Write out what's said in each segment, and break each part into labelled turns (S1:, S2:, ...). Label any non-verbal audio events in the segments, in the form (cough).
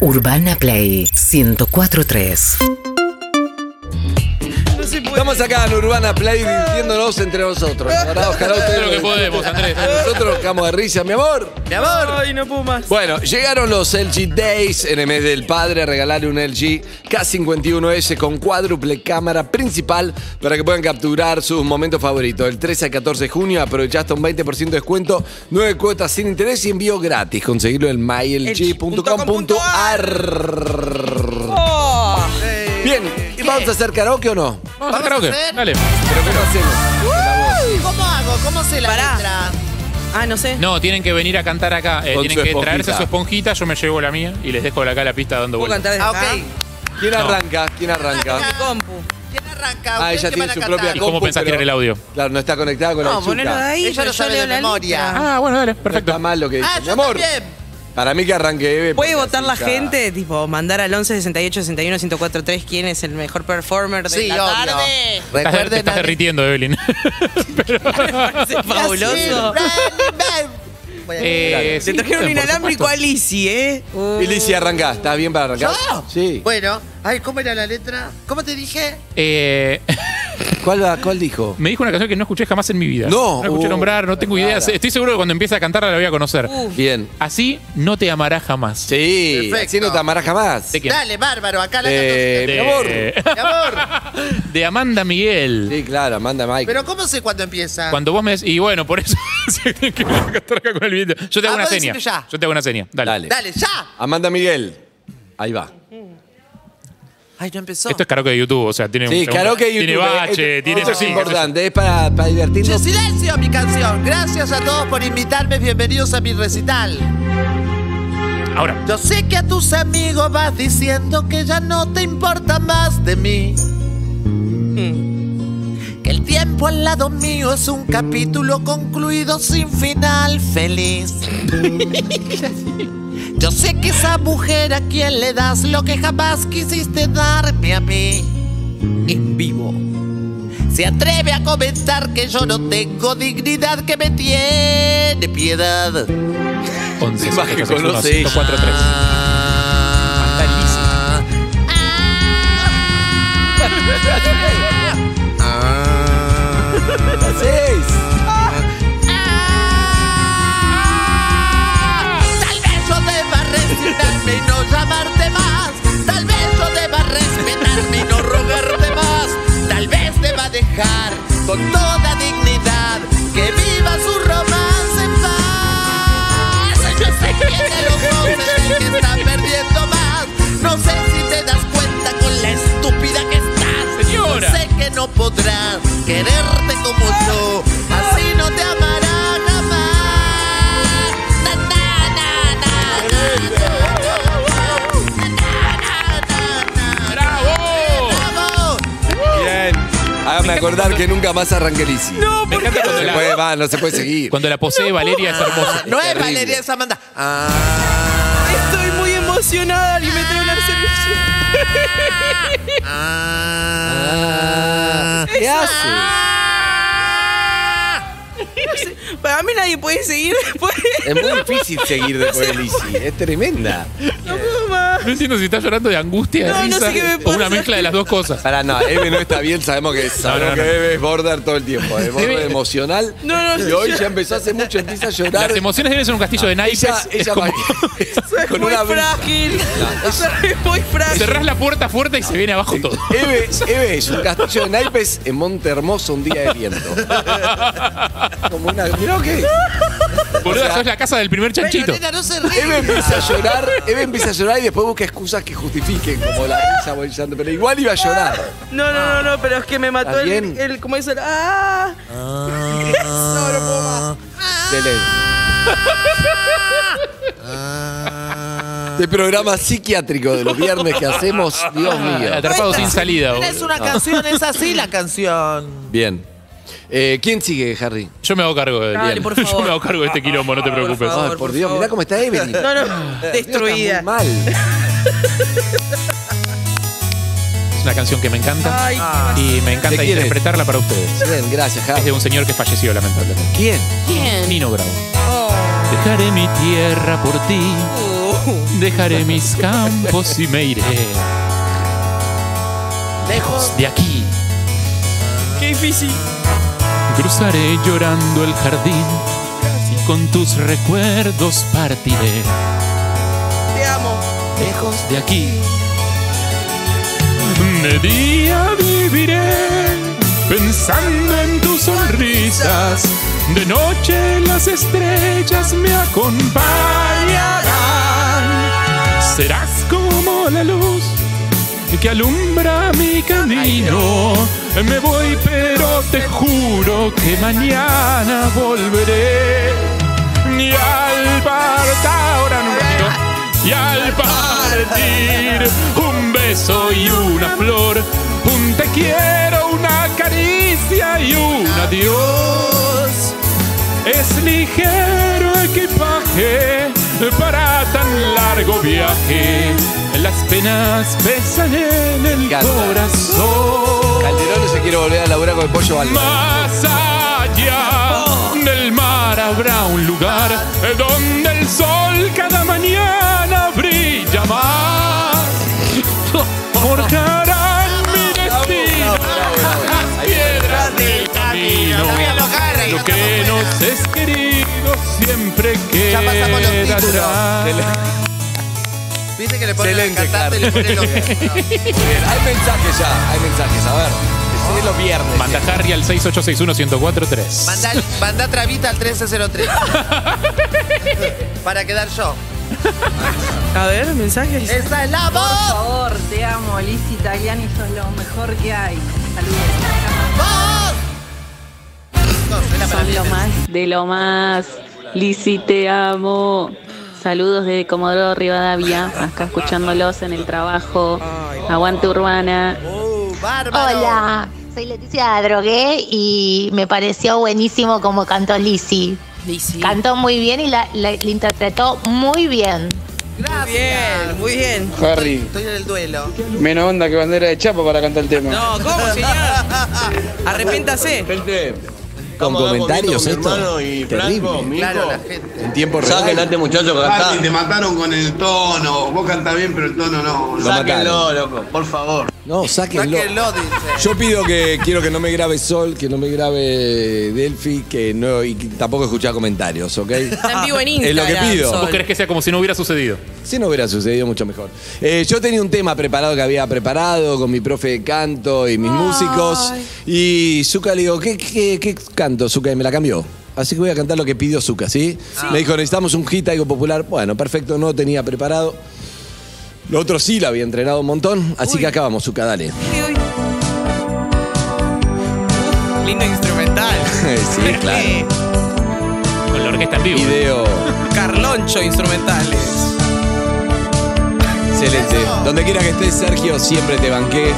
S1: Urbana Play 1043.
S2: Estamos acá en Urbana Play divirtiéndonos entre nosotros. Ojalá, ojalá ustedes-
S3: Creo que podemos, Andrés.
S2: Nosotros buscamos de risa, mi amor. Mi amor.
S4: Ay, no puedo más.
S2: Bueno, llegaron los LG Days en el mes del padre. Regalarle un LG K51S con cuádruple cámara principal para que puedan capturar sus momentos favoritos. El 13 al 14 de junio aprovechaste un 20% de descuento, 9 cuotas sin interés y envío gratis. Conseguirlo en mylg.com.ar.
S4: Oh,
S2: Bien, ¿y ¿vamos a hacer karaoke o no?
S3: Vamos a karaoke. Dale.
S2: ¿Pero qué lo hacemos?
S5: ¿Cómo hago? ¿Cómo se la
S4: Pará.
S5: letra?
S4: Ah, no sé.
S3: No, tienen que venir a cantar acá. Eh,
S2: Con
S3: tienen
S2: su
S3: que
S2: esponjita.
S3: traerse su esponjita, yo me llevo la mía y les dejo acá la pista dando
S4: ¿Puedo cantar
S3: vueltas.
S4: desde
S5: Ah,
S4: acá?
S5: ok.
S2: ¿Quién
S3: No.
S2: arranca? ¿Quién
S4: Mi
S2: arranca?
S4: compu.
S5: ¿Quién arranca?
S2: Ah, ella
S5: ¿Ustedes qué
S2: tiene
S5: van a
S2: su
S5: cantar?
S2: propia
S3: ¿Y cómo
S2: compu,
S3: pensás
S2: pero-
S3: tirar el audio?
S2: Claro, no está conectada con la
S4: No,
S2: chuca.
S4: ponelo ahí.
S5: Ella
S4: pero
S5: lo
S4: yo
S5: sabe
S4: leo
S5: de
S4: la
S5: memoria.
S4: letra.
S3: Ah, bueno, dale,
S2: No está
S3: perfecto.
S2: mal lo que dice.
S5: Ah,
S2: Mi
S5: yo
S2: amor,
S5: también.
S2: para mí que arranque Eve.
S4: ¿Puede
S2: porque
S4: votar la
S2: así ya-
S4: gente? Tipo, mandar al 11 68 61 1043 quién es el mejor performer de
S5: Sí,
S4: la
S5: obvio. (laughs)
S4: tarde.
S3: Estás- te
S5: Recuerden
S3: estás
S5: a-
S3: derritiendo, Evelyn. Pero-
S4: Es fabuloso.
S5: Voy a-
S3: Eh,
S4: Se
S3: sí,
S4: trajeron un
S3: por
S4: inalámbrico
S3: supuesto.
S4: a Lizzy, ¿eh? Uh.
S2: Y Lizzy, arranca. ¿Estás bien para arrancar?
S5: ¿Yo?
S2: Sí.
S5: Bueno, ay, ¿cómo era la letra? ¿Cómo te dije?
S3: Eh,
S2: ¿Cuál, va- cuál dijo?
S3: me dijo una canción que no escuché jamás en mi vida.
S2: No.
S3: No la escuché
S2: Uh,
S3: nombrar, no tengo
S2: qué
S3: idea.
S2: rara.
S3: Estoy seguro que cuando empiece a cantarla la voy a conocer.
S4: Uf.
S2: Bien.
S3: Así no te amará jamás.
S2: Sí.
S5: Perfecto.
S2: Así no te amarás jamás.
S3: ¿De quién?
S5: Dale, bárbaro, acá la
S2: Eh,
S3: De-
S2: mi amor.
S5: canto. Mi amor,
S3: (laughs) De Amanda Miguel.
S2: Sí, claro, manda Mike.
S5: pero ¿cómo sé cuándo empieza?
S3: Cuando vos me decís, y bueno, por eso (laughs) se tiene que venir a cantar acá con el video. Yo te hago
S5: Ah,
S3: una
S5: vos
S3: seña.
S5: decime ya.
S3: Yo te hago una seña. Dale.
S2: Dale.
S5: Dale, ya.
S2: Amanda Miguel. Ahí va.
S4: Ay, no empezó.
S3: Esto es karaoke de YouTube, o sea, tiene un
S2: Sí,
S3: segundo-
S2: karaoke y YouTube. eh.
S3: Tiene bache,
S2: Esto-
S3: tiene
S2: esto es
S3: eso sí. qué sé yo.
S2: importante, es para, para
S5: Yo
S2: divertirnos.
S5: silencio mi canción. Gracias a todos por invitarme. Bienvenidos a mi recital.
S3: Ahora,
S5: Yo sé que a tus amigos vas diciendo que ya no te importa más de mí. Que el tiempo al lado mío es un capítulo concluido sin final feliz. Yo sé que esa mujer a quien le das lo que jamás quisiste darme a mí. En vivo. Se atreve a comentar que yo no tengo dignidad, que me tiene piedad.
S3: 11,
S2: Más que
S3: 7, 8, 1,
S2: conoce
S3: 5, 4, 3.
S5: Ah.
S2: ¿Qué
S5: (laughs)
S2: hacés?
S5: Tal vez yo deba resignarme y no llamarte más. Tal vez yo deba respetarme y no rogarte más. Tal vez deba dejar con toda dignidad que viva su romance en paz. Yo sé que de los dos es el que está perdiendo más. No sé si te das cuenta con la estúpida que estás.
S3: Señora.
S5: Yo sé que no podrás quererte como yo. Así no te amará jamás. Na, na, na, na, na, na, na, na, na, na, na, na, na.
S3: ¡Bravo!
S5: ¡Bravo!
S2: Bien. Hágame acordar que nunca más arranque Lizzy. No,
S3: Me encanta
S2: no
S3: cuando
S2: se
S3: la,
S2: puede más, no se puede seguir.
S3: cuando la posee Valeria es hermoso.
S5: No es
S2: terrible.
S5: Valeria, es Amanda. Ah.
S4: Estoy muy emocionada y me tengo una servicio.
S5: Ah.
S2: ¿Qué hace?
S4: Para mí nadie puede seguir (laughs) después.
S2: Es muy difícil
S4: (laughs)
S2: seguir después de Lizzy. Es tremenda.
S4: No puedo más.
S3: No entiendo si está llorando de angustia, de
S4: No, no
S3: risa,
S4: sé qué me
S3: o una
S4: pasa.
S3: mezcla de las dos cosas.
S2: Para no, Eve no está bien, sabemos que, sabemos
S3: no, no.
S2: que Eve es border todo el tiempo, es border
S3: Eve-
S2: emocional.
S4: No, no,
S2: y hoy ya empezó hace mucho, empieza a llorar.
S3: Las emociones deben ser un castillo de naipes.
S2: Ah, ella
S3: es
S2: ella (laughs)
S3: (laughs) como-
S2: va-
S4: Soy muy
S2: brisa.
S4: frágil. (laughs) Soy muy frágil.
S3: cerrás la puerta fuerte y se viene abajo todo.
S2: Eve, Eve es un castillo de naipes en Monte Hermoso un día de
S3: (laughs)
S2: viento. Como una. Mirá que.
S3: Boluda, sos la casa del primer chanchito.
S5: Pero, nena, no se
S2: Eve
S5: ríe.
S2: empieza a llorar, Eve empieza a llorar y después busca excusas que justifiquen, como la risa o el llanto. Pero igual iba a llorar.
S4: No, no, no, no, pero es que me mató
S2: ¿Está
S4: el,
S2: bien?
S4: el. ¿Cómo es el.? ¡Ah! Eso, (laughs) no puedo más.
S2: Excelente. Este programa psiquiátrico de los viernes que hacemos, Dios mío.
S3: Atrapado sin salida. boludo.
S5: Es
S2: (laughs)
S5: una canción, es así la canción.
S2: Bien. Eh, ¿Quién sigue, Harry?
S3: Yo me hago cargo de
S4: Dale, por favor.
S3: Yo me hago cargo de este quilombo, no te preocupes.
S2: Ay,
S4: favor.
S2: por,
S4: por
S2: Dios,
S4: favor.
S2: mirá cómo está Evelyn. (laughs)
S4: No, no,
S2: Está
S4: destruida.
S2: muy mal.
S3: Es una canción que me encanta
S4: Ay,
S3: y me encanta
S2: ¿De quién es?
S3: interpretarla para ustedes.
S2: Bien, gracias,
S3: Es
S2: Harry.
S3: de un señor que falleció, lamentablemente.
S2: ¿Quién?
S3: Nino Bravo. Dejaré mi tierra por ti.
S4: oh.
S3: Dejaré mis campos y me iré
S5: Lejos
S3: de aquí.
S4: Qué difícil.
S3: Cruzaré llorando el jardín y con tus recuerdos partiré
S4: Te amo.
S5: Lejos
S3: de aquí. De día viviré pensando en tus sonrisas. De noche las estrellas me acompañarán. Serás como la luz que alumbra mi camino. Me voy, pero te juro que mañana volveré. Y al partir, ahora no me giro. Y al partir, un beso y una flor. Un te quiero, una caricia y un adiós. Es ligero equipaje para tan largo viaje. Las penas pesan en el
S2: Canta.
S3: corazón.
S2: Calderón se quiere volver a laburar con el pollo Balbo.
S3: Más allá del mar habrá un lugar donde el sol cada mañana brilla (laughs) más. Forjarán mi destino las piedras del camino.
S5: Voy a los Harry.
S3: Lo que nos es querido siempre
S5: Ya pasamos los
S3: queda
S5: títulos.
S3: atrás.
S5: Viste que le ponen
S2: Excelente,
S5: al cantante,
S2: Harry.
S5: le ponen los
S2: (laughs)
S5: versos.
S2: Bien, hay mensajes ya, hay mensajes. A ver, es los viernes.
S3: Manda Harry al 6861-1043.
S5: Mandá, mandá trabita al 1303. Para quedar yo.
S4: A ver, mensajes.
S5: ¡Esa es la
S6: Por
S5: voz!
S6: favor, te amo, Liz Italiani, sos lo mejor que hay. Saludos.
S5: ¡Vos! No, suena para mí.
S7: De lo más. Lisi, te amo. Saludos de Comodoro Rivadavia, acá escuchándolos en el trabajo. Aguante urbana.
S5: ¡Uh, bárbaro!
S8: Hola, soy Leticia Drogué y me pareció buenísimo como cantó Lizzy.
S4: Lizzy.
S8: Cantó muy bien y la, la- la interpretó muy bien.
S5: Gracias.
S4: Bien, muy bien.
S9: Harry,
S5: Estoy en el duelo.
S9: menos onda que bandera de chapa para cantar el tema.
S4: No, ¿cómo, señor? (laughs) Arrepiéntase.
S10: Gente,
S2: Con comentarios esto.
S10: y
S2: Terrible.
S10: mi
S5: Claro, la gente.
S2: En tiempo
S10: Saquen a
S2: real.
S10: este muchacho que acá está.
S9: Ah, mataron con el tono. Vos cantás bien, pero el tono no.
S2: Lo mataron.
S10: Sáquenlo, loco, por favor.
S2: No, sáquenlo.
S5: Sáquenlo, dice.
S2: Yo pido que quiero que no me grabe Sol, que no me grabe Delphi, que no y que tampoco escuchar comentarios, ¿ok?
S4: Está en vivo en
S2: Es lo
S4: Instagram.
S2: que pido.
S4: Sol.
S2: ¿Vos
S3: ¿Vos querés que sea como si no hubiera sucedido?
S2: Si no hubiera sucedido mucho mejor. Eh, yo tenía un tema preparado que había preparado con mi profe de canto y mis músicos. Y Zuka le digo, ¿qué, qué, qué canto, Zuka? Y me la cambió. Así que voy a cantar lo que pidió Zuka, ¿sí? Me dijo, necesitamos un hit, algo popular. Bueno, perfecto, no tenía preparado. Lo otro sí lo había entrenado un montón. Así que acá vamos, Zuka, dale. (laughs)
S4: Lindo instrumental. Eh,
S2: Sí,
S4: (laughs)
S2: claro.
S3: Con la orquesta en vivo.
S2: Video
S4: Carloncho instrumentales.
S2: excelente. Donde quiera que estés, Sergio, siempre te banqué.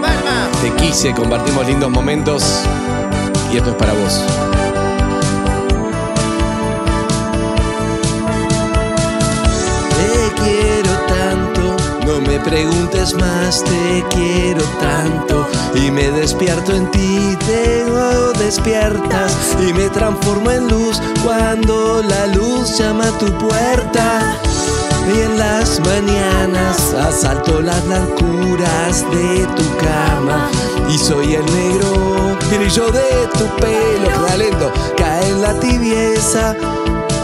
S5: ¡Palma!
S2: Te quise, compartimos lindos momentos. Y esto es para vos. Te quiero tanto, no me preguntes más, te quiero tanto. Y me despierto en ti, te oh, despiertas. Y me transformo en luz cuando la luz llama a tu puerta. Y en las mañanas asalto las blancuras de tu cama Y soy el negro brillo de tu pelo Ralento, cae en la tibieza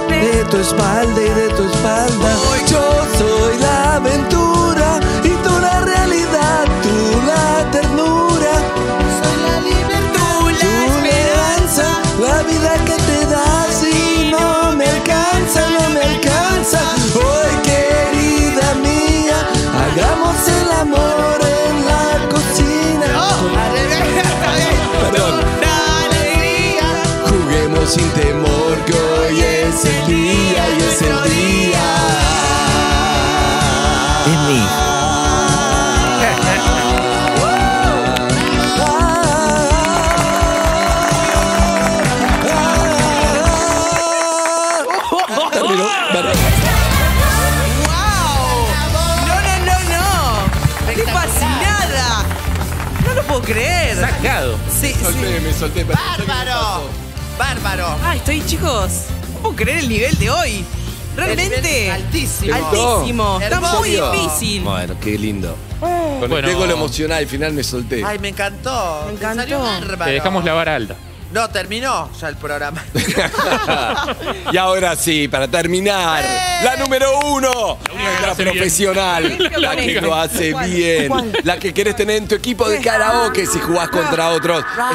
S2: de tu espalda y de tu espalda Yo soy la aventura y tú la realidad Tú la ternura,
S4: Tú,
S2: tú la esperanza La vida que te da si no me alcanza, no me alcanza Hoy querida mía, hagamos el amor en la cocina
S5: ¡Al revés, otra vez!
S2: Perdón.
S5: ¡La alegría!
S2: Juguemos sin temor que hoy es el día y es el día.
S1: Es mi
S4: ¡Wow! No, no, no, no. Estoy fascinada. No lo puedo creer.
S3: Sacado.
S4: Sí, sí.
S2: me solté.
S5: ¡Bárbaro! ¡Bárbaro!
S4: Ah, estoy, chicos. No puedo creer el nivel de hoy. Realmente.
S5: Altísimo.
S4: Altísimo. Está
S5: Hermoso.
S4: muy difícil.
S2: Bueno, qué lindo. Conecté
S3: Bueno.
S2: con lo emocional, al final me solté.
S5: Ay, me encantó.
S4: Me
S5: Te salió
S4: encantó.
S5: bárbaro.
S3: Te dejamos la vara alta.
S5: No, terminó ya
S4: (laughs)
S5: el programa.
S2: (laughs) y ahora sí, para terminar, la número uno, la
S3: hace bien.
S2: profesional, la que lo hace bien, la que querés tener en tu equipo de karaoke si jugás contra otros.
S3: Upa,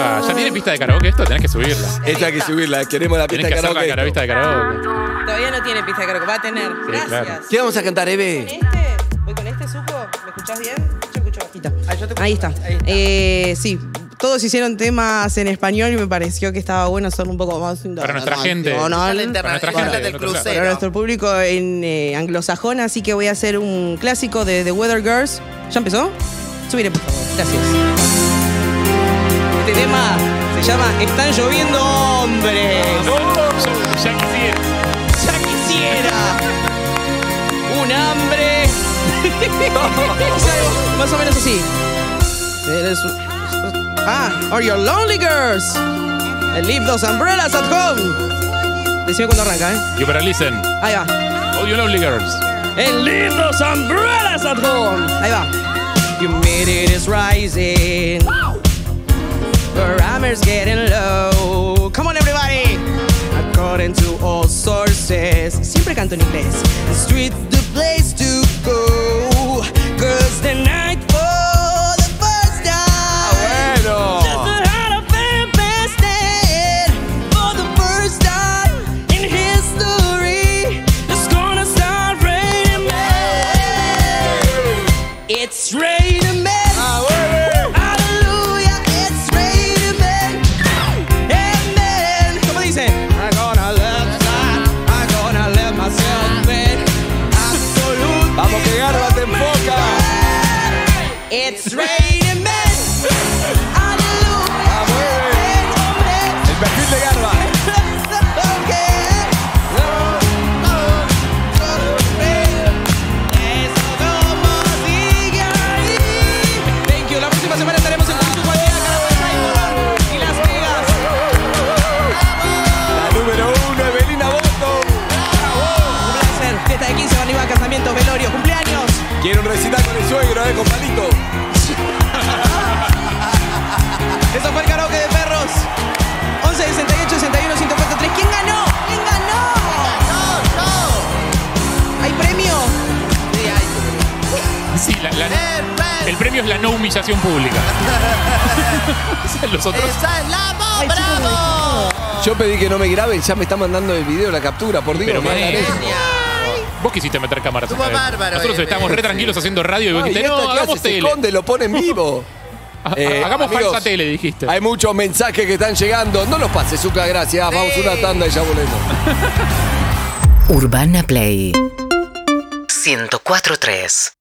S3: Ah, ¿Ya tiene pista de karaoke esto? Tenés que subirla.
S2: Esta hay que subirla, queremos la
S3: Tenés
S2: pista
S3: que
S2: de
S3: hacer la
S2: karaoke.
S3: carapista de karaoke.
S4: Todavía no tiene pista de cargo. Va a tener. Gracias.
S3: claro.
S2: ¿Qué vamos a cantar,
S4: Con
S2: Eve?
S4: este, voy con este suco. ¿Me escuchás bien? Yo escucho bajito. Ahí está. Eh, sí, todos hicieron temas en español y me pareció que estaba bueno hacerlo un poco más
S3: Para nuestra gente.
S4: No, no,
S5: Ya la
S4: no.
S5: internacional
S3: gente,
S5: del
S3: no te olvides.
S4: para
S5: crucero.
S4: nuestro público en eh, anglosajón, así que voy a hacer un clásico de The Weather Girls. ¿Ya empezó? Subiré, por favor. Gracias. Este tema se llama Están lloviendo hombres.
S3: Ya quisiera.
S4: ¡Ya quisiera! ¡Un hambre! Es algo (laughs) más o menos así. Eres un- Ah, or your lonely girls. I leave those umbrellas at home. Decime cuándo arranca, ¿eh?
S3: You better listen.
S4: Ahí va.
S3: All you lovely girls.
S4: And leave those umbrellas at home. Ahí va. Humidity is rising. The rammer's getting low. Come on, everybody. According to all sources. Siempre canto en inglés. The street's the place to go. Cause the night for the first time. Just
S2: Bueno.
S4: had a fan best day for the first time in history. It's gonna start raining men. It's raining men.
S2: Ah,
S4: Hallelujah, it's raining men. Amen. ¿Cómo dice? I'm gonna love God. I'm gonna let myself in. Absolutely.
S2: Vamos que Garba te enfoca.
S4: It's raining men. Hallelujah.
S2: Ah, muy bien.
S4: Amen, hombre.
S2: El perfil de Garba.
S4: Thank you. La próxima semana estaremos en Punto Cualquiera, Carabobo de Saibo y Las Vegas.
S2: La número uno, Evelina Boto.
S4: Un placer. Fiesta de 15, barniva, casamiento, velorio, cumpleaños.
S2: Quiero un recital con el suegro, eh, con palito.
S4: Eso fue el karaoke de perros. 11, 68, 61, 143. ¿Quién ganó? ¿Quién ganó? ¿Hay premio?
S3: Sí, la- la- el premio es la no humillación pública. (laughs) Los otros.
S5: (laughs) ¡Esa es la voz, bravo!
S2: Yo pedí que no me graben, ya me está mandando el video, la captura, por Dios. Ah,
S3: Pero
S2: me hagan
S3: maestro.
S2: eso.
S3: Vos quisiste meter cámaras
S5: Estuvo
S3: acá adentro.
S5: bárbaro,
S3: Nosotros
S5: eh,
S3: estábamos re
S5: sí.
S3: tranquilos haciendo radio y vos
S2: No, y
S3: dijiste,
S2: esta
S3: no,
S2: clase
S3: hagamos
S2: se
S3: tele.
S2: esconde, lo pone en
S3: (laughs)
S2: vivo.
S3: Ha-
S2: Eh,
S3: hagamos
S2: amigos,
S3: falsa tele, dijiste.
S2: Hay muchos mensajes que están llegando. No los pases, Zucca, gracias. Vamos
S5: Sí.
S2: una tanda y ya volvemos.
S1: Urbana Play 104.3